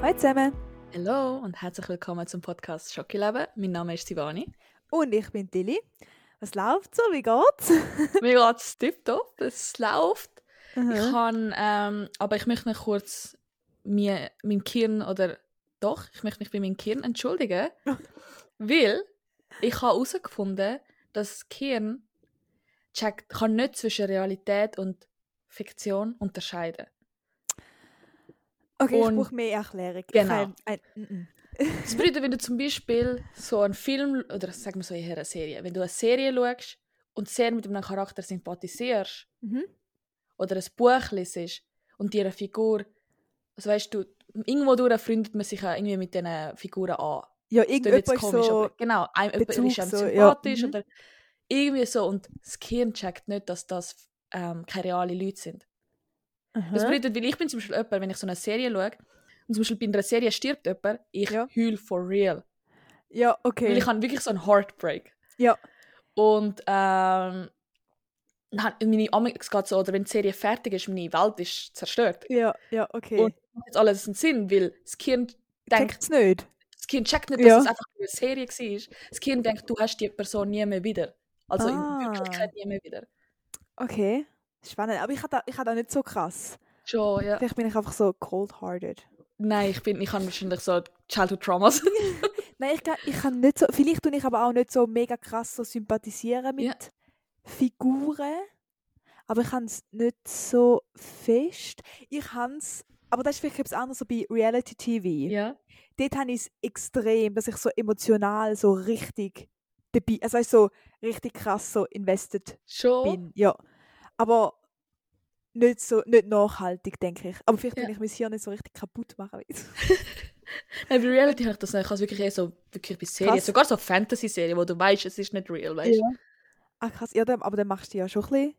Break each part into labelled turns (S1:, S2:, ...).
S1: Hallo zusammen
S2: Hallo und herzlich willkommen zum Podcast Schokileben. Mein Name ist Sivani.
S1: und ich bin Tilly. Was läuft so? Wie geht's?
S2: Mir geht's tipptopp, es läuft. Ich
S1: Aha.
S2: kann, ähm, aber ich möchte mich kurz mir, mein Kirn oder doch, ich möchte mich bei meinem Kirn entschuldigen, weil ich habe herausgefunden, dass das Kirn checkt, kann nicht zwischen Realität und Fiktion unterscheiden.
S1: Okay, ich
S2: Und-
S1: brauche mehr Erklärung. Ich
S2: Genau.
S1: kann- ein- mm,
S2: Das bedeutet, wenn du zum Beispiel so einen Film oder sagen wir so eher eine Serie, wenn du eine Serie schaust und sehr mit einem Charakter sympathisierst,
S1: mm. Mhm.
S2: oder ein Buch liest und dir eine Figur, also weißt du, irgendwo durch freundet man sich ja irgendwie mit diesen Figuren an.
S1: Ja,
S2: Das klingt
S1: irgendjemand
S2: jetzt
S1: ist
S2: komisch,
S1: so...
S2: aber genau, einem, jemand
S1: Bezug
S2: ist einem
S1: so, ja,
S2: sympathisch
S1: mhm.
S2: oder irgendwie so und das Gehirn checkt nicht, dass das ähm, keine realen Leute sind. Das
S1: Aha.
S2: bedeutet, weil ich bin zum Beispiel jemand, wenn ich so eine Serie schaue, und zum Beispiel bei einer Serie stirbt jemand, ich
S1: Ja.
S2: heul for real.
S1: Ja,
S2: Weil
S1: okay.
S2: ich habe wirklich so einen Heartbreak.
S1: Ja.
S2: Und ähm, dann- meine Amix geht so, oder wenn die Serie fertig ist, meine Welt ist zerstört.
S1: Ja, ja, okay.
S2: Und macht jetzt alles einen Sinn, weil das Kind denkt,
S1: Checkt's nicht.
S2: das Kind checkt nicht, dass
S1: Ja.
S2: es einfach nur eine Serie war. Das Kind denkt, du hast die Person nie mehr wieder. Also
S1: Ah.
S2: in Wirklichkeit nie mehr wieder.
S1: Okay. Spannend. Aber ich hatte ich hatte auch nicht so krass.
S2: Schon, ja.
S1: Vielleicht bin ich einfach so cold-hearted.
S2: Nein, ich bin, ich habe wahrscheinlich so Childhood Traumas.
S1: Nein, ich, glaub, ich kann nicht so... Vielleicht tue ich aber auch nicht so mega krass so sympathisieren mit
S2: Ja.
S1: Figuren. Aber ich habe es nicht so fest. Ich habe es... Aber das ist vielleicht etwas anderes so bei Reality-TV.
S2: ja.
S1: Dort habe ich es extrem, dass ich so emotional so richtig dabei... Also weißt, so richtig krass so invested
S2: Schon.
S1: bin. Ja. Aber nicht so... Nicht nachhaltig, denke ich. Aber vielleicht
S2: Ja.
S1: kann ich mein Hirn nicht so richtig kaputt machen.
S2: Nein, bei Reality habe ich das nicht. Ich habe es wirklich eher so wirklich bei Serien.
S1: Krass.
S2: Sogar so Fantasy-Serien, wo du weißt, es ist nicht real, weißt
S1: Ja. Ah krass, ja, dann- aber dann machst du ja schon ein bisschen...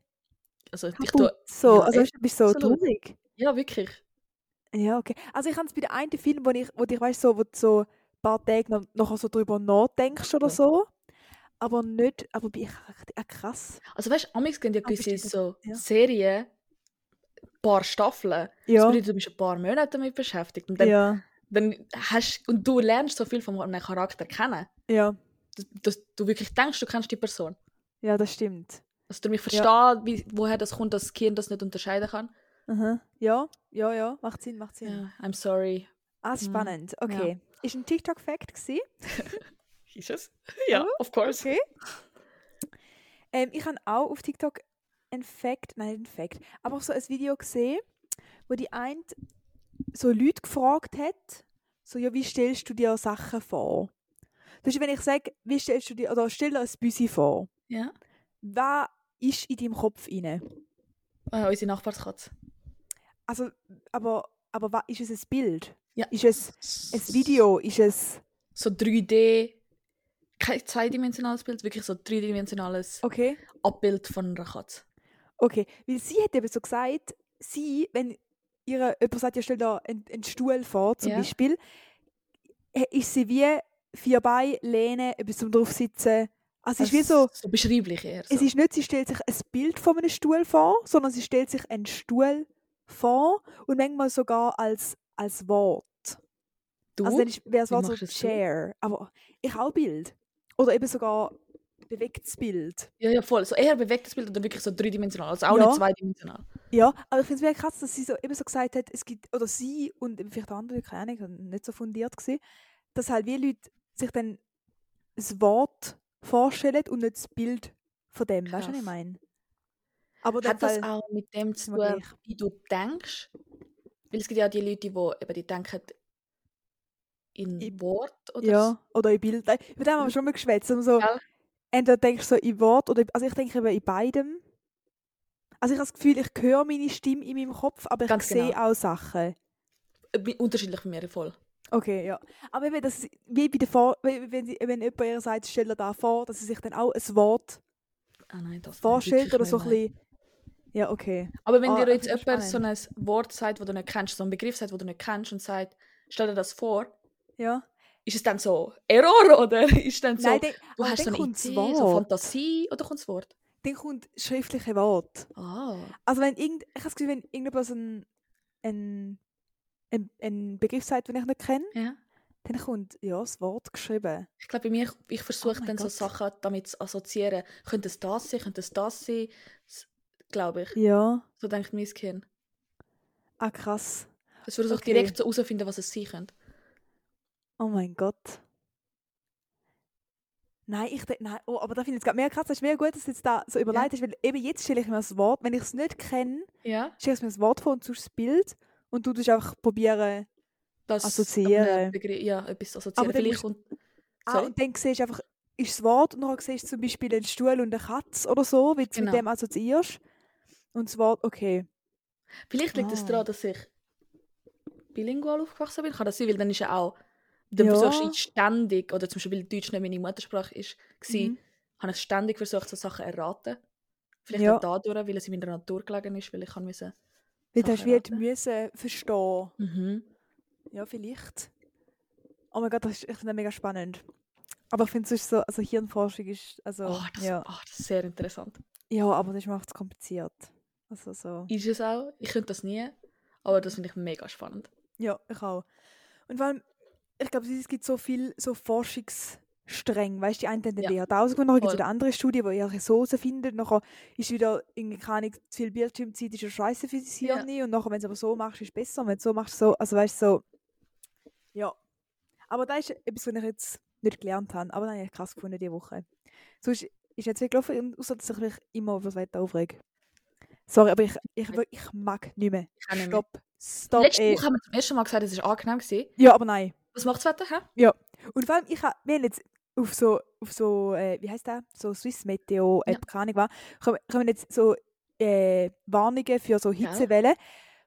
S2: Also ich tue,
S1: kaputt. so,
S2: ja,
S1: also
S2: echt,
S1: weißt, du bist so
S2: absolut.
S1: traurig.
S2: ja, wirklich.
S1: Ja, okay. Also ich habe es bei den einen Film, wo ich, wo ich weißt, so, wo du so ein paar Tage noch, nachher so drüber nachdenkst oder
S2: Ja.
S1: so. Aber nicht, aber bei ich ah, krass.
S2: Also weißt du, Amix gehen ja
S1: Ah,
S2: gewisse
S1: bestimmt,
S2: so
S1: ja.
S2: Serien, ein paar Staffeln. Das
S1: Ja.
S2: bedeutet, du bist ein paar Monate damit beschäftigt. Und dann
S1: Ja.
S2: dann hast und du lernst so viel von einem Charakter kennen,
S1: Ja.
S2: dass, dass du wirklich denkst, du kennst die Person.
S1: Ja, das stimmt.
S2: Dass du mich verstehst, wie, woher das kommt, dass das Kind das nicht unterscheiden kann.
S1: Aha. Ja, ja, ja. Macht Sinn, macht Sinn.
S2: Ja, I'm sorry.
S1: Ah,
S2: Mhm.
S1: spannend. Okay. Ist ein TikTok-Fact gewesen.
S2: Ist es?
S1: Ja,
S2: of course.
S1: Mhm. Okay. Ähm, ich habe auch auf TikTok ein Fact, nein, ein Fact, aber so ein Video gesehen, wo die eine so Leute gefragt hat, so, ja, wie stellst du dir Sachen vor? Das ist, wenn ich sage, wie stellst du dir, oder stell dir ein Büsi vor,
S2: Ja.
S1: was ist in deinem Kopf inne?
S2: Äh, unsere Nachbarskatze.
S1: Also, aber, aber was ist es ein Bild?
S2: Ja.
S1: Ist es ein Video? Ist es,
S2: So 3D. Kein zweidimensionales Bild, wirklich so dreidimensionales
S1: okay?
S2: Abbild von einer Katze.
S1: Okay, weil sie hat eben so gesagt, sie, wenn ihre, jemand sagt, ja, stell da einen, einen Stuhl vor, zum
S2: Ja.
S1: Beispiel, äh, ist sie wie vier Beine, Lehne, etwas zum drauf sitzen. Also es ist wie so,
S2: So beschreiblich eher. So.
S1: es ist nicht, sie stellt sich ein Bild von einem Stuhl vor, sondern sie stellt sich einen Stuhl vor und manchmal sogar als, als Wort.
S2: du?
S1: Also dann wäre das
S2: Wie
S1: Wort so
S2: machst du das du?
S1: Share. Aber ich auch Bild. Oder eben sogar bewegtes Bild.
S2: ja, ja, voll. So eher bewegtes Bild oder wirklich so dreidimensional. Also auch
S1: Ja.
S2: nicht zweidimensional.
S1: Ja, aber ich finde es wirklich krass, dass sie so, eben so gesagt hat, es gibt, oder sie und eben vielleicht auch andere, keine Ahnung, nicht so fundiert gewesen, dass halt wie Leute sich dann das Wort vorstellen und nicht das Bild von dem, weißt du, was
S2: Krass.
S1: ich meine? Aber
S2: Hat
S1: das
S2: das auch mit dem zu
S1: sind wir
S2: tun,
S1: gleich.
S2: wie du denkst. Weil es gibt ja die Leute, die, eben, die denken in
S1: Ich-
S2: Wort oder
S1: ja, oder in Bild. Nein, Über den
S2: Mhm.
S1: haben wir schon mal geschwätzt. um So,
S2: Gell?
S1: Entweder denkst du so in Wort oder, also ich denke eben in beidem. Also ich habe das Gefühl, ich höre meine Stimme in meinem Kopf, aber ich
S2: Ganz
S1: sehe
S2: genau.
S1: auch Sachen.
S2: so. Äh, unterschiedlich bei mir voll.
S1: Okay, ja. Aber eben, das, ist wie bei der vor wie- wenn, sie, wenn jemand ihr sagt, stell dir da vor, dass sie sich dann auch ein Wort
S2: Ah nein, das kann ich
S1: vorstellt
S2: wirklich
S1: oder
S2: nicht
S1: so ein
S2: mehr.
S1: bisschen. Ja, okay.
S2: Aber wenn
S1: Ah,
S2: dir jetzt
S1: das ist
S2: jemand so ein Wort sagt, das du nicht kennst, so einen Begriff sagt, den du nicht kennst und sagt, stell dir das vor,
S1: Ja.
S2: ist es dann so Error oder ist dann so,
S1: Nein, dann,
S2: du
S1: aber
S2: hast so
S1: dann
S2: eine
S1: kommt das
S2: Idee, so
S1: Wort.
S2: Fantasie oder kommt das Wort?
S1: dann kommt das schriftliche Wort.
S2: Ah,
S1: Also wenn irgend, ich habe das Gefühl, wenn irgendjemand so ein, ein einen, einen Begriff sagt, den ich nicht kenne,
S2: Ja.
S1: dann kommt ja das Wort geschrieben.
S2: Ich glaube, bei mir, ich versuche
S1: Oh mein
S2: dann so
S1: Gott.
S2: Sachen damit zu assoziieren. Könnte es das sein, könnte es das sein? S- Glaube ich.
S1: Ja.
S2: So denkt mein Gehirn.
S1: Ah, krass.
S2: Es versucht
S1: Okay.
S2: direkt so herausfinden, was es sein könnte.
S1: Oh mein Gott. Nein, ich denk- nein, oh, aber da finde ich es gerade mega krass. Es ist mega gut, dass du jetzt da so überlegt hast, weil eben jetzt stelle ich mir das Wort, wenn ich es nicht kenne,
S2: Ja.
S1: stelle ich mir das Wort vor und suchst das Bild und du tust einfach probieren.
S2: Das
S1: Assoziieren.
S2: einem Begriff, ja, etwas assoziieren.
S1: dann
S2: Vielleicht und,
S1: Ah,
S2: Sorry.
S1: und dann siehst du einfach, ist das Wort und dann siehst du zum Beispiel einen Stuhl und eine Katze oder so, wie du es
S2: Genau.
S1: mit dem assoziierst. Und das Wort, okay.
S2: vielleicht liegt es
S1: Ah.
S2: daran, dass ich bilingual aufgewachsen bin. Kann das sein? Weil dann ist ja auch... Dann
S1: Ja.
S2: versuchst du ständig, oder zum Beispiel, weil Deutsch nicht meine Muttersprache ist, war,
S1: Mhm.
S2: habe ich ständig versucht, so Sachen zu erraten. Vielleicht
S1: Ja.
S2: auch dadurch, weil es in meiner Natur gelegen ist, weil ich kann müssen...
S1: Weil du hast
S2: Sachen
S1: wie halt
S2: erraten.
S1: müssen verstehen.
S2: Mhm.
S1: Ja, vielleicht. Oh mein Gott, das ist, ich finde das mega spannend. Aber ich finde es ist so, also Hirnforschung ist, also,
S2: Oh, das,
S1: ja.
S2: oh, das ist sehr interessant.
S1: ja, aber das macht es kompliziert. Also so.
S2: Ist es auch. Ich könnte das nie, aber das finde ich mega spannend.
S1: Ja, ich auch. Und vor allem, ich glaube, es gibt so viel so Forschungsstränge. Weißt du, die einen haben
S2: Ja.
S1: den BH1000 gemacht, dann gibt es
S2: Voll.
S1: wieder andere Studie, wo ihre Soße findet. Nachher ist wieder irgendwie keine Ahnung, zu viel Bildschirmzeit, ist ja scheiße für das
S2: Ja.
S1: Hirn. Und nachher, wenn du es aber so machst, ist es besser. Und wenn du es so machst, so. Also weißt du, so. Ja. Aber da ist etwas, was ich jetzt nicht gelernt habe. Aber das habe ich krass gefunden diese Woche. Sonst ist jetzt viel gelaufen, außer dass ich mich immer über das Wetter aufrege. Sorry, aber ich, ich,
S2: Nein.
S1: ich mag nicht mehr.
S2: Ich auch nicht mehr.
S1: Stopp. Stopp. eh.
S2: Letzte
S1: ey.
S2: Woche haben wir zum ersten Mal gesagt, es war angenehm. Gewesen.
S1: Ja, aber nein.
S2: Was macht das Wetter? Hä?
S1: Und vor allem, ich hab, wir haben jetzt auf so, auf so äh, wie heißt der? So Swiss Meteo App,
S2: Ja.
S1: keine Ahnung was, kommen, kommen jetzt so äh, Warnungen für so
S2: Ja.
S1: Hitzewellen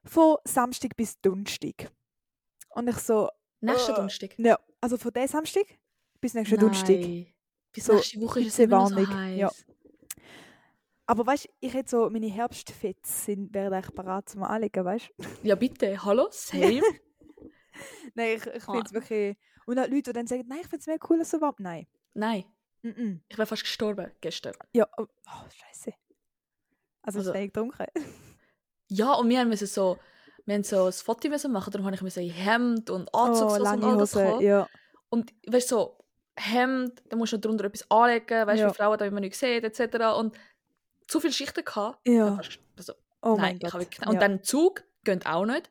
S1: von Samstag bis Donnerstag. Und ich so,
S2: Nächsten
S1: Äh,
S2: Donnerstag.
S1: ja, also von diesem Samstag bis nächsten Donnerstag.
S2: Nein. Bis
S1: So,
S2: nächste Woche ist es immer noch so
S1: Hitzewarnung,
S2: heiß.
S1: ja. Aber weißt du, ich hätte so, meine Herbstfits sind, wären eigentlich parat zum Anlegen, weißt du?
S2: Ja, bitte. Hallo? Same?
S1: Nein, ich, ich
S2: Ah.
S1: finde es wirklich. Und auch Leute, die dann sagen, nein, ich finde es mega cool, dass so warm. Nein.
S2: Nein.
S1: Mm -mm.
S2: Ich wäre fast gestorben gestern.
S1: Ja, oh, oh scheiße. Also,
S2: Also-
S1: also ich dunkel.
S2: Ja, und wir haben müssen so... Wir haben so ein Foto müssen machen, darum habe ich müssen in Hemd und Anzugshose und all das kommen.
S1: Oh, ja.
S2: Und weißt du, so, Hemd, dann musst du noch darunter etwas anlegen, weißt du,
S1: Ja.
S2: wie Frauen da immer nicht sehen, etc. Und zu viele Schichten gehabt.
S1: Ja.
S2: Also,
S1: Oh mein
S2: nein, ich habe
S1: Gott.
S2: wirklich- Und
S1: ja.
S2: dann Zug geht auch nicht.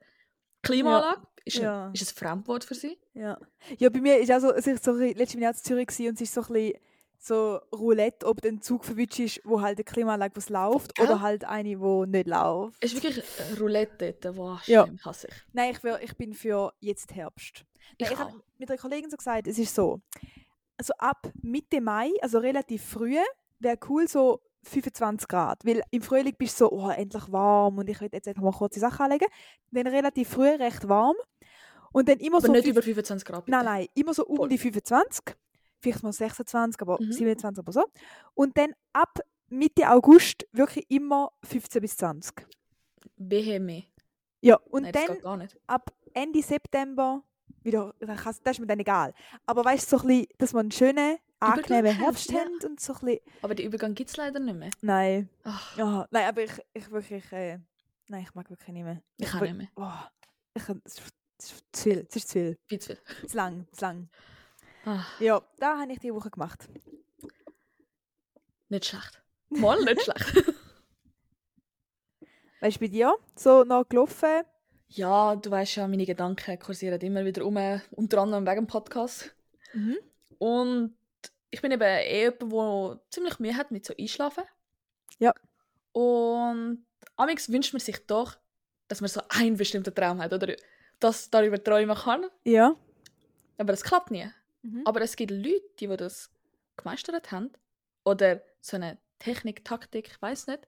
S2: Klimaanlage ist, ein,
S1: Ja.
S2: ist ein Fremdwort für sie.
S1: ja. ja, bei mir ist auch so, es ist so ein bisschen- letztes Jahr in Zürich gewesen und es ist so ein bisschen so Roulette, ob der Zug verwünscht ist, wo halt eine Klimaanlage was läuft
S2: Gell?
S1: oder halt eine, wo nicht läuft.
S2: Es ist wirklich eine Roulette dort. Wow,
S1: Ja.
S2: schlimm, hasse ich.
S1: Nein, ich, wär, ich bin für jetzt Herbst.
S2: Ich
S1: Nein, ich
S2: auch.
S1: habe mit einer Kollegin so gesagt, es ist so, also ab Mitte Mai, also relativ früh, wäre cool so 25 Grad, weil im Frühling bist du so, oh, endlich warm und ich will jetzt einfach mal kurze Sachen anlegen. Dann relativ früh recht warm und dann immer
S2: Aber
S1: so
S2: nicht
S1: fünf-
S2: über 25 Grad. bitte.
S1: Nein, nein, immer so um
S2: Voll.
S1: die 25, vielleicht mal 26, aber
S2: Mhm.
S1: 27, aber so. Und dann ab Mitte August wirklich immer 15 bis 20.
S2: Beheme.
S1: Ja, und
S2: Nein, das
S1: dann
S2: geht gar nicht.
S1: ab Ende September wieder, da kann's- das ist mir dann egal. Aber weißt du, so ein bisschen, dass man einen schönen, angenehmen
S2: Übergang hat,
S1: Herbst
S2: ja.
S1: hat und so ein bisschen,
S2: Aber den Übergang gibt es leider nicht mehr.
S1: nein.
S2: Ach,
S1: Ja, nein, aber ich, ich wirklich, äh, nein, ich mag wirklich nicht mehr.
S2: ich kann
S1: will-
S2: nicht mehr.
S1: Oh, ich, kann- es ist- es ist zu viel, es ist zu viel,
S2: Viel zu viel.
S1: zu lang, zu lang.
S2: Ah,
S1: Ja, da habe ich die Woche gemacht.
S2: nicht schlecht. Mal nicht schlecht.
S1: Weißt du, bei dir so noch gelaufen?
S2: Ja, du weißt ja, meine Gedanken kursieren immer wieder um, unter anderem wegen dem Podcast.
S1: Mhm.
S2: Und ich bin eben eh jemand, der ziemlich Mühe hat mit so Einschlafen.
S1: Ja.
S2: Und amigs wünscht man sich doch, dass man so einen bestimmten Traum hat oder dass darüber träumen kann.
S1: Ja.
S2: Aber das klappt nie.
S1: Mhm.
S2: Aber es gibt Leute, die wo das gemeistert haben oder so eine Technik, Taktik, ich weiß nicht.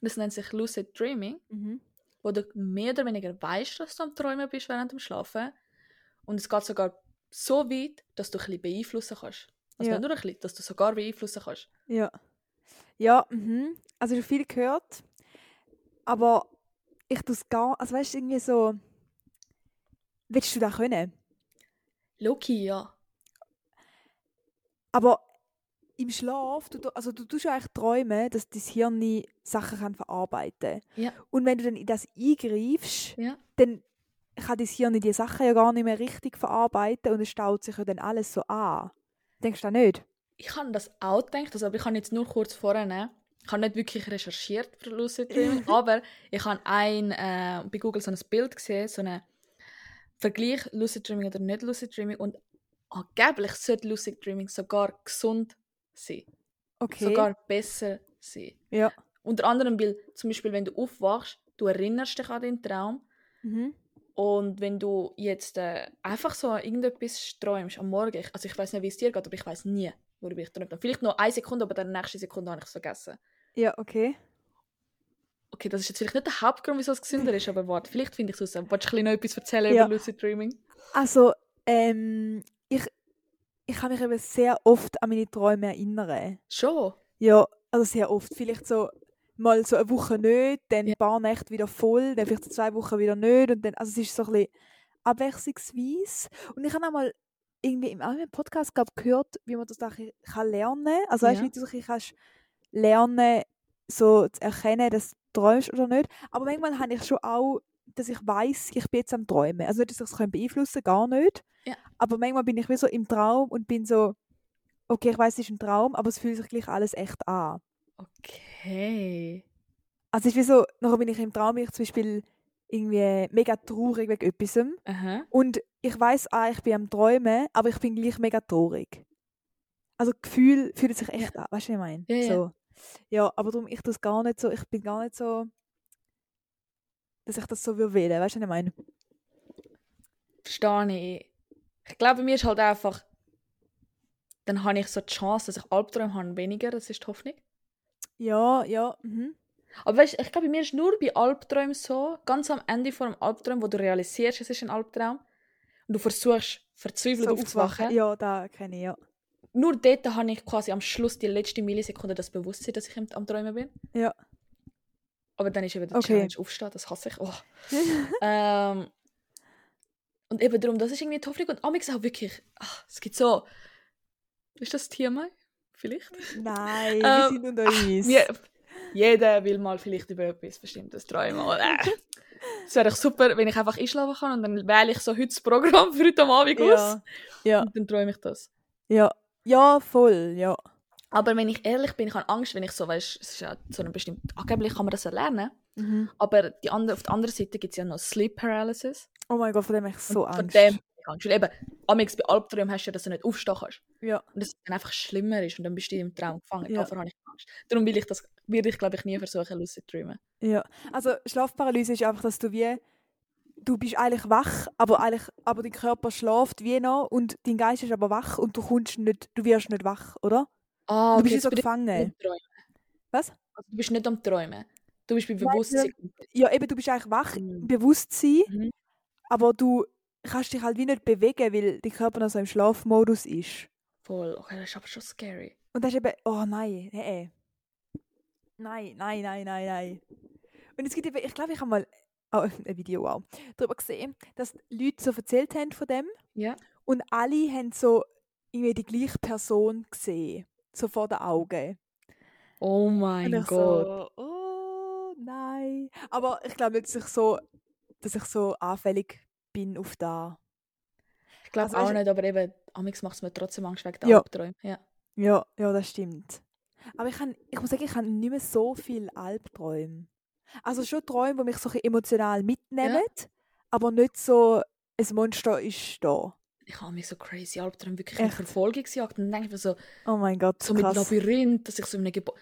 S2: Und das nennt sich Lucid Dreaming
S1: Mhm.
S2: wo du mehr oder weniger weißt, dass du am Träumen bist während dem Schlafen. Und es geht sogar so weit, dass du ein bisschen beeinflussen kannst. Also
S1: Ja.
S2: nicht nur ein bisschen, dass du sogar beeinflussen kannst.
S1: Ja. Ja, mhm. Also ich habe viel gehört, aber ich tue es gar, also weißt du, irgendwie so, willst du das können?
S2: Loki, ja.
S1: Aber im Schlaf, du, tu- also du tust ja eigentlich träumen, dass dein Hirn nie Sachen kann verarbeiten
S2: Ja.
S1: Und wenn du dann in das eingreifst,
S2: Ja.
S1: dann kann dein Hirn die Sachen ja gar nicht mehr richtig verarbeiten und es staut sich ja dann alles so an. Denkst du das nicht?
S2: Ich habe das auch gedacht, also, aber ich habe jetzt nur kurz vorher, ne? ich habe nicht wirklich recherchiert für Lucid Dreaming, aber ich habe ein, äh, bei Google so ein Bild gesehen, so einen Vergleich Lucid Dreaming oder nicht Lucid Dreaming und angeblich sollte Lucid Dreaming sogar gesund sein,
S1: Okay.
S2: sogar besser sein.
S1: Ja.
S2: Unter anderem, weil zum Beispiel, wenn du aufwachst, du erinnerst dich an den Traum
S1: Mhm.
S2: Und wenn du jetzt äh, einfach so irgendetwas träumst am Morgen, ich, also ich weiß nicht, wie es dir geht, aber ich weiß nie, worüber ich träumt habe. Vielleicht noch eine Sekunde, aber dann nächste Sekunde habe ich es vergessen.
S1: Ja, okay.
S2: Okay, das ist jetzt vielleicht nicht der Hauptgrund, wieso es gesünder ist, aber warte, vielleicht finde ich es raus. Wolltest du ein bisschen noch etwas erzählen
S1: Ja.
S2: über Lucid Dreaming?
S1: Also, ähm, ich, ich kann mich eben sehr oft an meine Träume erinnern.
S2: Schon.
S1: Ja, also sehr oft. Vielleicht so mal so eine Woche nicht, dann
S2: Ja.
S1: ein paar Nächte wieder voll, dann vielleicht so zwei Wochen wieder nicht und dann, also es ist so ein bisschen abwechslungsweise. Und ich habe auch mal irgendwie im anderen Podcast glaub, gehört, wie man das auch kann lernen kann. Also weißt du,
S2: Ja.
S1: wie du so ein bisschen kannst lernen, so zu erkennen, dass du träumst oder nicht. Aber manchmal habe ich schon auch, dass ich weiß, ich bin jetzt am Träumen. Also nicht, dass ich es beeinflussen kann, gar nicht.
S2: Ja.
S1: Aber manchmal bin ich wie so im Traum und bin so, okay, ich weiß, es ist ein Traum, aber es fühlt sich gleich alles echt an.
S2: Okay.
S1: Also es ist wie so, nachher bin ich im Traum, bin ich zum Beispiel irgendwie mega traurig wegen etwas.
S2: Aha.
S1: Und ich weiß auch, ich bin am Träumen, aber ich bin gleich mega traurig. Also Gefühl fühlt sich echt an, weißt du, was ich meine?
S2: Ja, ja.
S1: so. ja aber darum, ich das gar nicht so, ich bin gar nicht so, dass ich das so will wählen, weißt du, was ich meine?
S2: Verstehe ich. Ich glaube, mir ist halt einfach, dann habe ich so die Chance, dass ich Albträume habe, weniger, das ist die Hoffnung.
S1: Ja, ja, mhm.
S2: Aber weißt, ich glaube, bei mir ist nur bei Albträumen so, ganz am Ende von einem Albtraum, wo du realisierst, es ist ein Albtraum, und du versuchst verzweifelt aufzuwachen.
S1: Ja, da kenne ich, ja.
S2: Nur dort habe ich quasi am Schluss die letzte Millisekunde das Bewusstsein, dass ich im- am Träumen bin.
S1: Ja.
S2: Aber dann ist eben der
S1: Okay.
S2: Challenge aufstehen, das hasse ich. Oh. ähm, und eben darum, das ist irgendwie die Hoffnung. Und amigs auch wirklich, ach, es gibt so... Ist das TMI? Vielleicht?
S1: Nein, wir
S2: Ähm,
S1: sind unter uns.
S2: Wir, jeder will mal vielleicht über etwas Bestimmtes träumen. oder? Es wäre doch super, wenn ich einfach einschlafen kann und dann wähle ich so heute das Programm für heute am Abend aus.
S1: ja. ja,
S2: Und dann träume ich das.
S1: ja, ja, voll, ja.
S2: Aber wenn ich ehrlich bin, ich habe Angst, wenn ich so, weißt, es ist ja so eine bestimmte, angeblich kann man das erlernen,
S1: Mhm.
S2: aber die andere, auf der anderen Seite gibt es ja noch Sleep Paralysis.
S1: Oh mein Gott, von dem habe ich so Angst.
S2: Von dem habe ich Angst. Weil eben, amigs bei Albträumen hast du ja, dass du nicht aufstehen kannst.
S1: Ja.
S2: Und dass es dann einfach schlimmer ist und dann bist du im Traum gefangen.
S1: Ja.
S2: Davor habe ich Angst. Darum will ich das, würde ich glaube ich nie versuchen, lucid zu träumen.
S1: Ja, also Schlafparalyse ist einfach, dass du wie du bist eigentlich wach, aber eigentlich aber dein Körper schläft wie noch und dein Geist ist aber wach und du kommst nicht, du wirst nicht wach, oder?
S2: Ah,
S1: Du bist
S2: okay,
S1: wie so
S2: jetzt bin ich-
S1: gefangen.
S2: Nicht träumen.
S1: Was?
S2: Also du bist nicht am Träumen. Du bist bei Bewusstsein.
S1: Ja, eben du bist eigentlich wach,
S2: Mhm.
S1: Bewusstsein,
S2: Mhm.
S1: aber du kannst dich halt wie nicht bewegen, weil dein Körper noch so im Schlafmodus ist.
S2: Voll. Okay, das ist aber schon scary.
S1: Und das ist eben, oh nein, nee. Nein, nein, nein, nein, nein. Und es gibt eben, ich glaube, ich habe mal oh, ein Video wow, darüber gesehen, dass Leute so erzählt haben von dem.
S2: Ja.
S1: Und alle haben so irgendwie die gleiche Person gesehen. So vor den Augen.
S2: Oh mein
S1: Und ich
S2: Gott.
S1: so, oh nein. Aber ich glaube nicht, dass ich so, dass ich so anfällig bin auf da.
S2: Ich glaube
S1: Also,
S2: auch
S1: weißt-
S2: nicht, aber eben, amigs macht es mir trotzdem Angst wegen der
S1: Ja.
S2: Albträume. Ja.
S1: Ja, ja, das stimmt. Aber ich, kann, ich muss sagen, ich habe nicht mehr so viele Albträume. Also schon Träume, die mich so ein bisschen emotional mitnehmen, aber nicht so, ein Monster ist da.
S2: Ich habe mich so crazy Albträume wirklich
S1: Echt?
S2: in Verfolgungsjagd und dann denke ich mir so,
S1: Oh mein Gott,
S2: so mit
S1: krass. Du
S2: Labyrinth, dass ich so in einem Gebäude.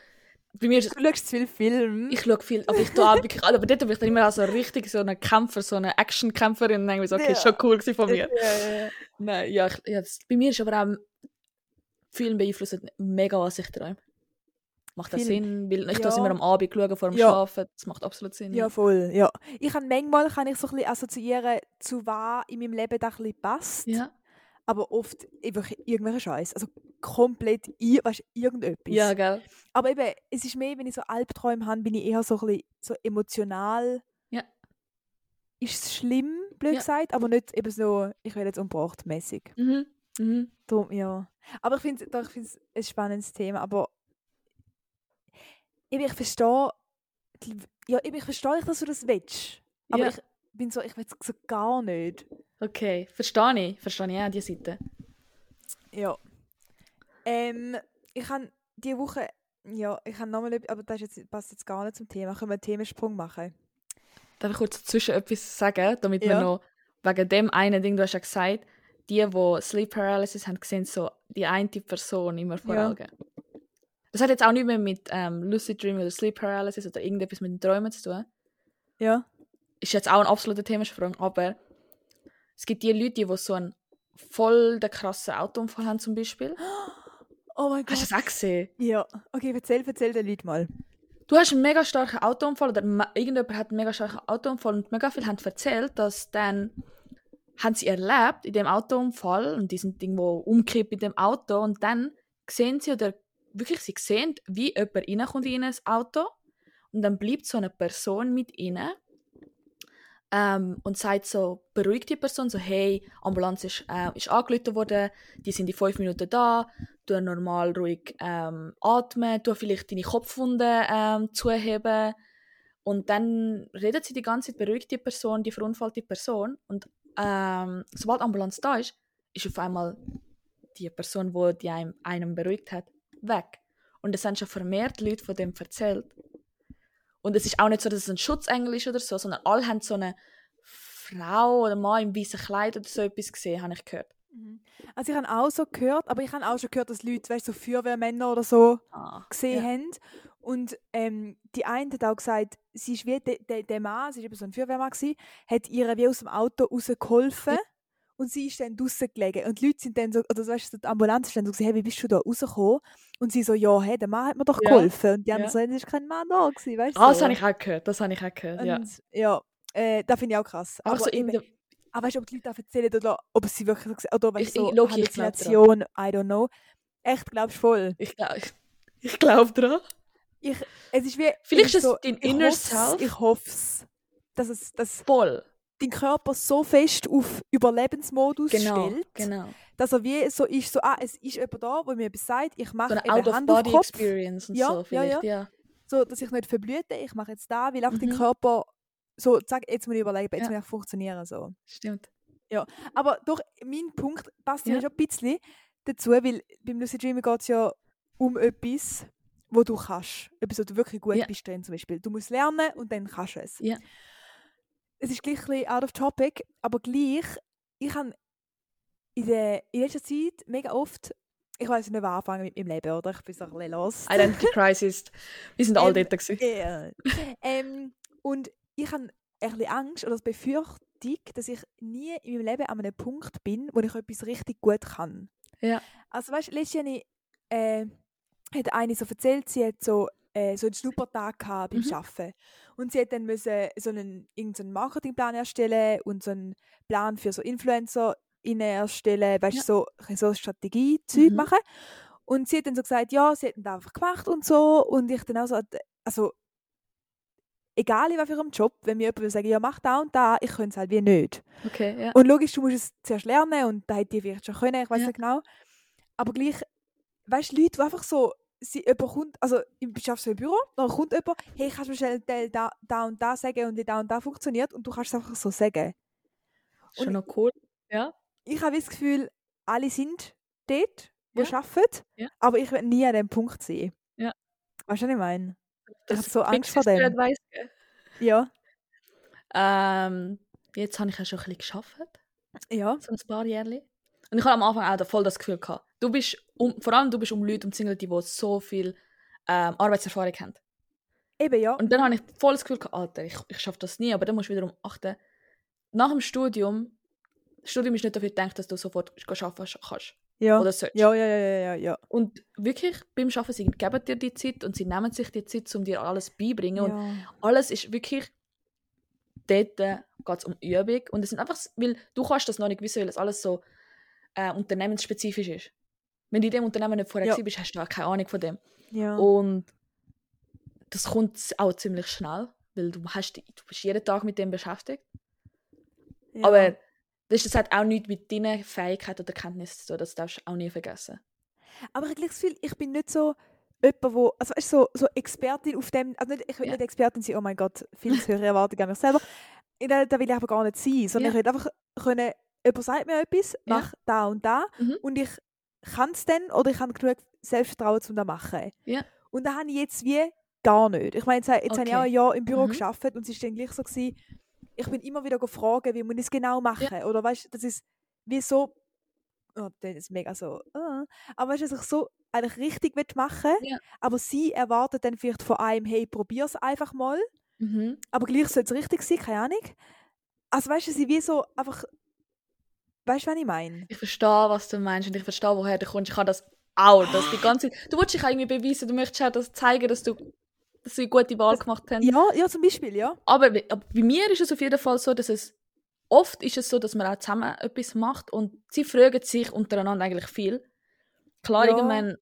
S2: Bei mir ist
S1: schaust zu viel Film.
S2: ich schaue viel, aber ich tue auch wirklich alle, aber dort bin ich dann immer auch so richtig so eine Kämpfer, so eine Action-Kämpferin und denke mir so, okay,
S1: Ja.
S2: ist schon cool gewesen von mir.
S1: ja, ja.
S2: Nein, ja, ich, ja das, bei mir ist aber auch Film beeinflusst mega, was ich träume. Macht das
S1: Film.
S2: Sinn? Weil ich
S1: Ja.
S2: das immer am Abend schauen, vor dem
S1: Ja.
S2: Schlafen. Das macht absolut Sinn.
S1: Ja, voll, ja. Ich kann manchmal kann ich so ein bisschen assoziieren, zu was in meinem Leben da ein bisschen passt,
S2: ja.
S1: aber oft einfach irgendwelcher Scheiß, also komplett i- weißt, irgendetwas.
S2: ja gell?
S1: Aber eben, es ist mehr, wenn ich so Albträume habe, bin ich eher so ein bisschen so emotional.
S2: Ja.
S1: Ist es schlimm, blöd
S2: Ja.
S1: gesagt, aber nicht eben so, ich werde jetzt umgebracht, mäßig.
S2: Mhm. Mhm.
S1: Drum, ja. Aber ich finde es ich find's ein spannendes Thema, aber eben, ich verstehe, die- ja, eben, ich verstehe, nicht, dass du das willst. Aber
S2: Ja.
S1: ich, bin so, ich will es so gar nicht.
S2: Okay, verstehe ich. Verstehe ich auch die Seite.
S1: Ja. Ähm, ich habe diese Woche, ja, ich habe nochmal, etwas- aber das ist jetzt, passt jetzt gar nicht zum Thema. Können wir einen Themensprung machen?
S2: Darf ich kurz dazwischen etwas sagen, damit
S1: Ja.
S2: wir noch wegen dem einen Ding, du hast ja gesagt, die, die Sleep Paralysis haben, sehen so die eine Person immer vor
S1: Ja.
S2: Augen. Das hat jetzt auch nicht mehr mit ähm, Lucid Dream oder Sleep Paralysis oder irgendetwas mit den Träumen zu tun.
S1: Ja.
S2: Ist jetzt auch ein absoluter Themensprung, aber es gibt die Leute, die so einen voll den krassen Autounfall haben zum Beispiel.
S1: Oh mein
S2: Hast du
S1: Gott.
S2: das auch gesehen?
S1: Ja. Okay, erzähl, erzähl den Leuten mal.
S2: Du hast einen mega starken Autounfall oder ma- irgendjemand hat einen mega starken Autounfall und mega viel haben erzählt, dass dann haben sie erlebt in dem Autounfall und die sind irgendwo umgekippt in dem Auto und dann sehen sie oder wirklich sie sehen, wie jemand reinkommt in ein Auto und dann bleibt so eine Person mit ihnen ähm, und sagt so, beruhigt die Person so, hey, Ambulanz ist, äh, ist angerufen worden, die sind in fünf Minuten da, du normal ruhig ähm, atmen, du vielleicht deine Kopfwunde ähm, zuheben und dann redet sie die ganze Zeit, beruhigt die Person, die verunfallte Person und ähm, sobald die Ambulanz da ist, ist auf einmal die Person, wo die einem, einem beruhigt hat, weg. Und es haben schon vermehrt Leute von dem erzählt. Und es ist auch nicht so, dass es ein Schutzengel ist oder so, sondern alle haben so eine Frau oder Mann im weißen Kleid oder so etwas gesehen, habe ich gehört.
S1: Also ich habe auch so gehört, aber ich habe auch schon gehört, dass Leute, weißt du, so Feuerwehrmänner oder so
S2: Ah,
S1: gesehen
S2: Ja.
S1: haben. Und ähm, die eine hat auch gesagt, sie ist wie der de, der Mann, sie war eben so ein Feuerwehrmann, gewesen, hat ihr wie aus dem Auto rausgeholfen und sie ist dann draussen gelegen. Und die Leute sind dann so, oder so, weißt du, die Ambulanz ist dann so, gewesen, hey, wie bist du da rausgekommen? Und sie so, ja, hey, der Mann hat mir doch
S2: Ja.
S1: geholfen. Und die
S2: Ja.
S1: anderen so, hey, das ist kein Mann da gewesen, weißt du.
S2: Ah,
S1: so.
S2: das habe ich auch gehört, das habe ich auch gehört,
S1: Und,
S2: ja.
S1: ja. äh, das finde ich auch krass.
S2: Aber so Also in
S1: eben-
S2: der,
S1: aber weißt du, ob die Leute auch erzählen oder ob sie wirklich so gesehen- oder weißt,
S2: Ich-
S1: so
S2: ich- logisch, ich glaub dran.
S1: Halluzination, I don't know. Echt, glaubst du voll?
S2: ich glaube ich, ich glaub dran.
S1: Es ist wie,
S2: Vielleicht
S1: ich
S2: ist es
S1: so,
S2: dein
S1: ich
S2: inner
S1: hoff's,
S2: self.
S1: Ich hoffe es, dass, es, dass
S2: Voll.
S1: dein Körper so fest auf Überlebensmodus
S2: Genau,
S1: stellt,
S2: genau.
S1: dass er wie so ist, so, ah, es ist jemand da, der mir etwas sagt, ich
S2: So
S1: mache
S2: eine
S1: eben Hand auf den Kopf,
S2: Out-of-Body-Experience und
S1: Ja, ja,
S2: so vielleicht, ja.
S1: so, dass ich nicht verblüte, ich mache jetzt da, weil einfach dein
S2: Mhm.
S1: Körper so sagt, jetzt muss ich überleben, jetzt
S2: Ja.
S1: muss ich funktionieren. So.
S2: Stimmt.
S1: Aber doch, mein Punkt passt ja.
S2: Ja.
S1: schon ein bisschen dazu, weil beim Lucid Dreaming geht es ja um etwas, wo du kannst. Etwas, wo du wirklich gut
S2: Ja.
S1: bist drin zum Beispiel. Du musst lernen und dann kannst du es.
S2: Ja.
S1: Es ist gleich ein bisschen out of topic, aber gleich, ich habe in, der- in letzter Zeit mega oft, ich weiß nicht, was anfangen mit meinem Leben, oder? Ich bin so ein bisschen lost.
S2: Identity Crisis. Wir sind alle
S1: Ähm,
S2: dort gewesen.
S1: Ja. ähm, und ich habe ein bisschen Angst oder die Befürchtung, dass ich nie in meinem Leben an einem Punkt bin, wo ich etwas richtig gut kann.
S2: Ja.
S1: Also weißt du, letztes Jahr habe ich, äh, hat eine so erzählt, sie hat so, äh, so einen Schnuppertag gehabt beim
S2: Mhm.
S1: Arbeiten. Und sie hat dann müssen so einen, irgendeinen Marketingplan erstellen und so einen Plan für so Influencer erstellen, weißt du,
S2: Ja.
S1: so, ein bisschen so Strategie-Zeug
S2: Mhm.
S1: machen. Und sie hat dann so gesagt, ja, sie hat das einfach gemacht und so. Und ich dann auch so, also, egal in welchem Job, wenn mir jemand sagt, ja, mach da und da, ich könnte es halt wie nicht.
S2: Okay, ja.
S1: Und logisch, du musst es zuerst lernen und da hätte ich vielleicht schon können, ich weiß
S2: Ja.
S1: nicht genau. Aber gleich, weißt du, Leute, die einfach so, sie jemand kommt, also im schaffst du im Büro, dann kommt jemand, hey, kannst du mir schnell da- da, da und da sagen und wie da und da funktioniert und du kannst es einfach so sagen.
S2: Schon
S1: und-
S2: noch cool.
S1: Ich habe das Gefühl, alle sind dort, die
S2: Ja.
S1: arbeiten,
S2: Ja.
S1: aber ich will nie an dem Punkt sein.
S2: Ja.
S1: Weißt du, was ich meine?
S2: Das
S1: hab so Angst
S2: Fix
S1: vor
S2: ist der
S1: dem.
S2: Advice, gell?
S1: Ja.
S2: Ähm, jetzt habe ich ja schon ein bisschen gearbeitet.
S1: Ja.
S2: so ein paar Jahre. Und ich habe am Anfang auch da voll das Gefühl gehabt. Du bist um, vor allem du bist um Leute umzingelt, die so viel ähm, Arbeitserfahrung haben.
S1: Eben, ja.
S2: Und dann habe ich voll das Gefühl gehabt, Alter, ich, ich schaffe das nie, aber dann musst du wiederum achten. Nach dem Studium, das Studium ist nicht dafür gedacht, dass du sofort arbeiten kannst.
S1: ja.
S2: Oder sollst.
S1: ja, ja, ja, ja, ja, ja.
S2: Und wirklich, beim Arbeiten, sie geben dir die Zeit und sie nehmen sich die Zeit, um dir alles beibringen. Und
S1: ja.
S2: alles ist wirklich dort geht es um Übung und es sind einfach, s- weil du kannst das noch nicht wissen, weil es alles so äh, unternehmensspezifisch ist. Wenn du in dem Unternehmen nicht vorher
S1: Ja.
S2: ja. bist, hast du auch keine Ahnung von dem.
S1: ja.
S2: Und das kommt s- auch ziemlich schnell, weil du, hast, die- du bist jeden Tag mit dem beschäftigt.
S1: ja.
S2: Aber das, ist- das hat auch nichts mit deiner Fähigkeit oder Kenntnis zu tun, das darfst du auch nie vergessen.
S1: Aber ich habe gleich das Gefühl, ich bin nicht so jemand, wo, also weißt, du, so, so Expertin auf dem, also nicht, ich will
S2: Ja.
S1: nicht Expertin sein, oh mein Gott, viel zu höhere Erwartungen an mich selber. in der, da will ich aber gar nicht sein, sondern
S2: Ja.
S1: ich will einfach können, jemand sagt mir etwas,
S2: Ja.
S1: mach da und da
S2: Mhm.
S1: und ich kann es dann oder ich habe genug Selbstvertrauen, um das zu machen.
S2: Ja.
S1: Und da habe ich jetzt wie gar nicht. Ich meine, jetzt, jetzt habe ich
S2: Okay.
S1: auch ein Jahr im Büro
S2: Mhm.
S1: geschafft und es war dann gleich so, gewesen, ich bin immer wieder gefragt, wie man es genau machen Oder weißt du, das ist wie so, oh, das ist mega so, äh. aber weißt du, dass ich so eigentlich richtig will machen
S2: Ja.
S1: aber sie erwartet dann vielleicht von einem, hey, probier's einfach mal
S2: Mhm.
S1: aber gleich soll es richtig sein, keine Ahnung. Also weißt du, sie wie so einfach. Weißt du, was ich meine?
S2: Ich verstehe, was du meinst und ich verstehe, woher du kommst. Ich habe das auch, dass die ganze Du willst dich auch irgendwie beweisen, du möchtest auch das zeigen, dass du dass sie eine gute Wahl gemacht haben.
S1: Ja, ja, zum Beispiel, ja.
S2: Aber, bei- aber bei mir ist es auf jeden Fall so, dass es oft ist es so, dass man auch zusammen etwas macht und sie fragen sich untereinander eigentlich viel. Klar,
S1: Ja.
S2: irgendwann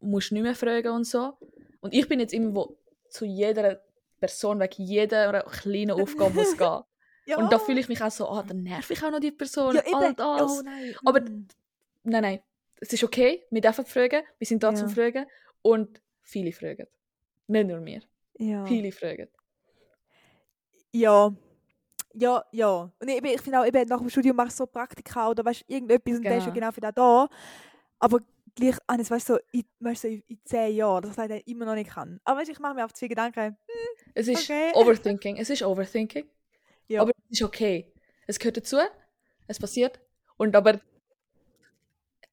S2: musst du nicht mehr fragen und so. Und ich bin jetzt immer wo zu jeder Person wegen jeder kleinen Aufgabe muss gehen.
S1: ja.
S2: Und da fühle ich mich auch so, ah, dann nerv ich auch noch die Person.
S1: ja, eben.
S2: all das.
S1: Oh, nein.
S2: Aber-
S1: mm.
S2: Nein, nein. Es ist okay, wir dürfen fragen, wir sind da
S1: Ja.
S2: zum Fragen. Und viele fragen. Nicht nur mir,
S1: Ja.
S2: viele fragen.
S1: Ja. Ja, ja. Und eben, ich finde auch, eben, nach dem Studium machst du so Praktika oder weißt, irgendetwas und der ist ja
S2: Genau.
S1: genau für das da. Aber gleich, Hannes, weißt du, so, in, weißt, du, so in, in zehn Jahren, dass ich das dann immer noch nicht kann. Aber weißt, du, ich mache mir auf zwei Gedanken.
S2: Es ist
S1: Okay.
S2: Overthinking, es ist Overthinking.
S1: Ja.
S2: Aber es ist okay. Es gehört dazu, es passiert. Und aber,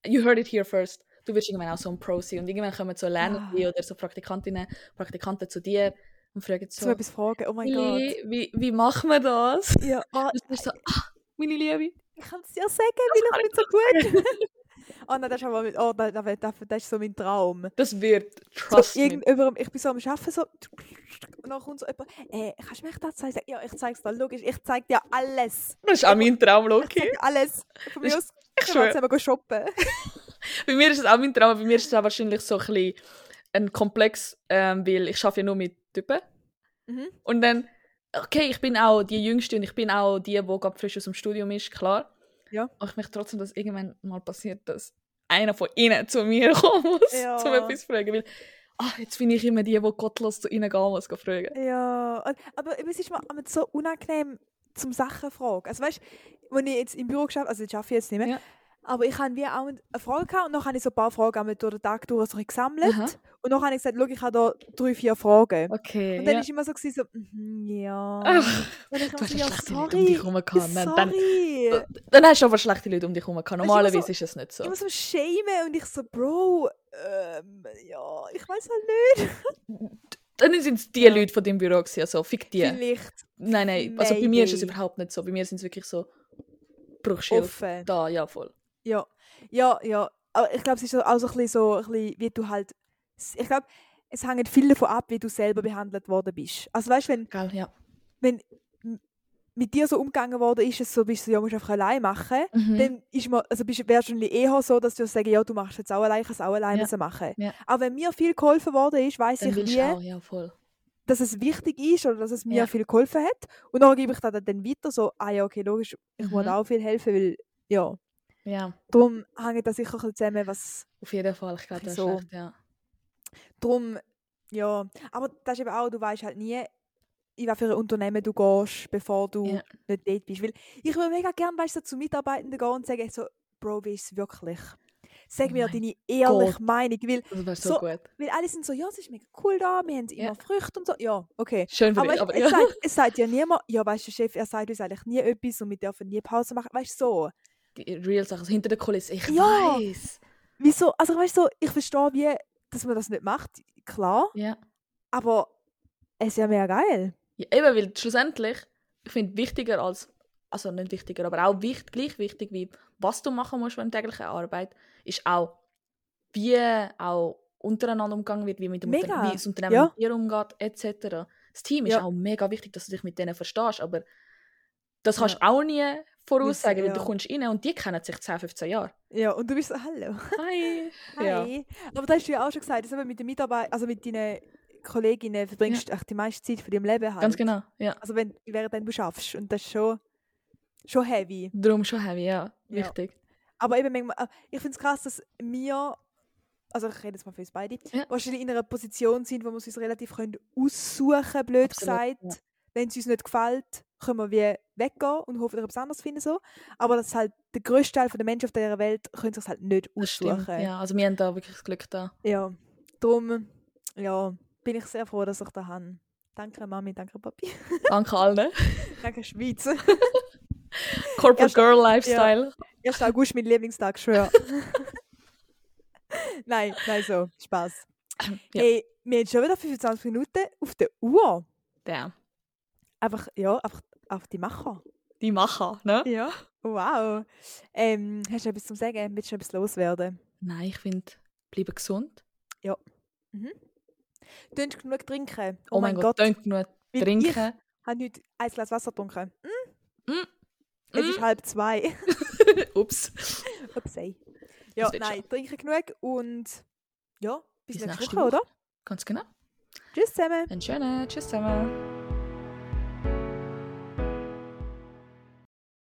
S2: you heard it here first. Du wirst irgendwann auch so ein Pro sein. Und irgendwann kommen so Lerner
S1: Ja.
S2: oder so Praktikantinnen, Praktikanten zu dir und fragen
S1: Zu
S2: so,
S1: etwas fragen. Oh mein
S2: Lilly, wie, wie machen wir das?
S1: Gott. Ja, oh,
S2: Und du bist so, ah, meine Liebe.
S1: Ich kann es dir sagen, weil ich bin so gut. oh nein, das ist aber mit, oh, das, das, das, das ist so mein Traum.
S2: Das wird,
S1: So,
S2: trust me.
S1: irgendjemandem, ich bin so am Arbeiten so und dann kommt so jemand, äh, kannst du mir das zeigen? Ich sag, Ja, ich zeig's dir, logisch, ich zeig dir alles.
S2: Das ist auch mein Traum,
S1: Ich
S2: Loki.
S1: zeig dir alles. Von mir
S2: Das
S1: aus können wir
S2: schwör.
S1: zusammen gehen shoppen.
S2: Bei mir ist es auch mein Traum, bei mir ist es auch wahrscheinlich so ein bisschen ein Komplex, ähm, weil ich schaffe ja nur mit Typen.
S1: Mhm.
S2: Und dann, okay, ich bin auch die Jüngste und ich bin auch die, die gerade frisch aus dem Studium ist, klar.
S1: Ja.
S2: Aber ich möchte trotzdem, dass irgendwann mal passiert, dass einer von ihnen zu mir kommen muss,
S1: Ja.
S2: um etwas zu fragen. Weil, ah, jetzt bin ich immer die, die gottlos zu ihnen gehen muss, gehen fragen.
S1: Ja, und- aber eben, es ist mir manchmal so unangenehm zum Sachen fragen. Also weißt du, wenn ich jetzt im Büro geschafft also das schaffe ich jetzt nicht mehr,
S2: Ja.
S1: aber ich habe wie auch eine Frage gehabt und dann habe ich so ein paar Fragen einmal durch den Tag durch so ein bisschen gesammelt
S2: Aha.
S1: und dann habe ich gesagt, schau, ich habe da drei, vier Fragen.
S2: Okay.
S1: Und dann
S2: ja.
S1: ist immer so, gewesen, so mhm, ja.
S2: Ach,
S1: und ich
S2: du
S1: war
S2: hast
S1: so, ja,
S2: schlechte Leute um dich
S1: sorry.
S2: herum gehabt.
S1: Sorry.
S2: Dann, Äh, dann, dann hast du aber schlechte Leute um dich herum gehabt.
S1: ist immer
S2: Normalerweise
S1: so-
S2: ist es nicht so.
S1: Immer so schämen und ich so, Bro, ähm, ja, ich weiß halt nicht.
S2: Dann sind es die
S1: Ja.
S2: Leute von deinem Büro gewesen, also fick die.
S1: Vielleicht
S2: Nein, nein, also bei mir ist es
S1: Maybe.
S2: überhaupt nicht so. Bei mir sind es wirklich so Bruchschild.
S1: offen.
S2: Da, ja, voll.
S1: Ja, ja, ja. Aber ich glaube, es ist so- auch so ein bisschen so, ein bisschen, wie du halt. Ich glaube, es hängt viel davon ab, wie du selber behandelt worden bist. Also weißt du, wenn
S2: Gell, ja.
S1: mit dir so umgegangen worden ist, es so bist du, ja, musst du einfach allein machen.
S2: Mhm.
S1: dann ist man, also bist, wärst du wahrscheinlich eher so, dass du sagen, ja, du machst jetzt auch allein, ich kann es auch allein
S2: Ja.
S1: müssen machen.
S2: Ja.
S1: Aber wenn mir viel geholfen worden ist, weiß ich
S2: Dann willst
S1: wie,
S2: du auch, ja, voll.
S1: dass es wichtig ist oder dass es mir
S2: Ja.
S1: viel geholfen hat. Und dann gebe ich das dann weiter, so, ah ja, okay, logisch, ich
S2: Mhm.
S1: wollte auch viel helfen, weil, ja.
S2: Ja,
S1: Darum hängt das sicher ein bisschen zusammen, was,
S2: auf jeden Fall. Ich glaube, das ist
S1: So.
S2: recht, ja.
S1: drum, ja. Aber das ist eben auch, du weißt halt nie, in was für ein Unternehmen du gehst, bevor du
S2: Ja.
S1: nicht dort bist. Weil ich würde mega gerne, weißt du, so zu Mitarbeitenden gehen und sagen, so, Bro, wie ist es wirklich? Sag
S2: Oh
S1: mir
S2: mein
S1: deine ehrliche
S2: Gott.
S1: Meinung, weil
S2: Das wäre so,
S1: So-
S2: gut.
S1: Weil alle sind so, ja, es ist mega cool da, wir haben immer
S2: Ja.
S1: Früchte und so. Ja, okay.
S2: Schön für
S1: Aber, weißt,
S2: dich, aber
S1: es,
S2: ja.
S1: sagt, es sagt ja niemand, ja, weißt du, Chef, er sagt uns eigentlich nie etwas und wir dürfen nie Pause machen. Weißt du, so.
S2: Die real Sachen, also hinter der Kulisse. Ich
S1: Ja.
S2: weiß.
S1: Wieso? Also, weißt du, so, ich verstehe, wie, dass man das nicht macht, klar,
S2: Ja.
S1: aber es ist ja mega geil.
S2: ja. Eben, weil schlussendlich, ich finde, wichtiger als, also nicht wichtiger, aber auch wichtig, gleich wichtig wie, was du machen musst beim täglichen Arbeit, ist auch, wie auch untereinander umgegangen wird, wie, mit dem
S1: Mega.
S2: Unterne- wie das Unternehmen
S1: Ja.
S2: mit dir umgeht, etc. Das Team ist
S1: Ja.
S2: auch mega wichtig, dass du dich mit denen verstehst, aber das kannst du auch nie
S1: Wissen,
S2: voraussagen, weil
S1: ja.
S2: du kommst rein und die kennen sich 10, 15 Jahre.
S1: Ja, und du bist so, hallo.
S2: Hi! Ja.
S1: Hi. Aber das hast du ja auch schon gesagt, dass du eben mit den Mitarbeitern, also mit deinen Kolleginnen verbringst echt die meiste Zeit von deinem Leben halt.
S2: Ganz genau, ja.
S1: Also wenn, während dann du schaffst und das ist schon, schon heavy.
S2: Darum schon heavy, ja.
S1: Ja.
S2: Wichtig.
S1: Aber eben manchmal, äh, ich finde es krass, dass wir, also ich rede jetzt mal für uns beide,
S2: Ja.
S1: wahrscheinlich in einer Position sind, wo wir es uns relativ können aussuchen können, blöd
S2: Absolut,
S1: gesagt, wenn es uns nicht gefällt. können wir wie weggehen und hoffentlich etwas anderes finden. So. Aber das ist halt der grösste Teil der Menschen auf dieser Welt können sich halt nicht
S2: Das stimmt.
S1: aussuchen.
S2: Ja, also wir haben da wirklich das Glück da.
S1: Ja, darum ja, bin ich sehr froh, dass ich da habe. Danke Mami, danke Papi,
S2: Danke allen.
S1: danke Schweiz.
S2: Corporate
S1: Erst-
S2: Girl Lifestyle.
S1: 1. August mein Lieblingstag, schwör. nein, nein, so, Spaß.
S2: Ja.
S1: Hey, wir haben schon wieder 25 Minuten auf der Uhr.
S2: Damn.
S1: Einfach, ja, einfach auf die Macher.
S2: Die Macher, ne?
S1: Ja. Wow. Ähm, hast du etwas zum Sagen? Willst du noch etwas loswerden?
S2: Nein, ich finde, bleibe gesund.
S1: Tönt genug trinken.
S2: Oh, mein Gott, Gott. genug
S1: weil
S2: trinken.
S1: Ich habe heute ein Glas Wasser getrunken. Mm.
S2: Mm.
S1: Es
S2: Mm.
S1: ist halb zwei.
S2: Ups.
S1: Ups, ey. Ja,
S2: wird
S1: nein, trinken genug und ja, bis,
S2: Bis
S1: nächste
S2: nächste
S1: Woche,
S2: Woche.
S1: oder?
S2: Ganz genau.
S1: Tschüss zusammen.
S2: Einen schönen. Tschüss zusammen.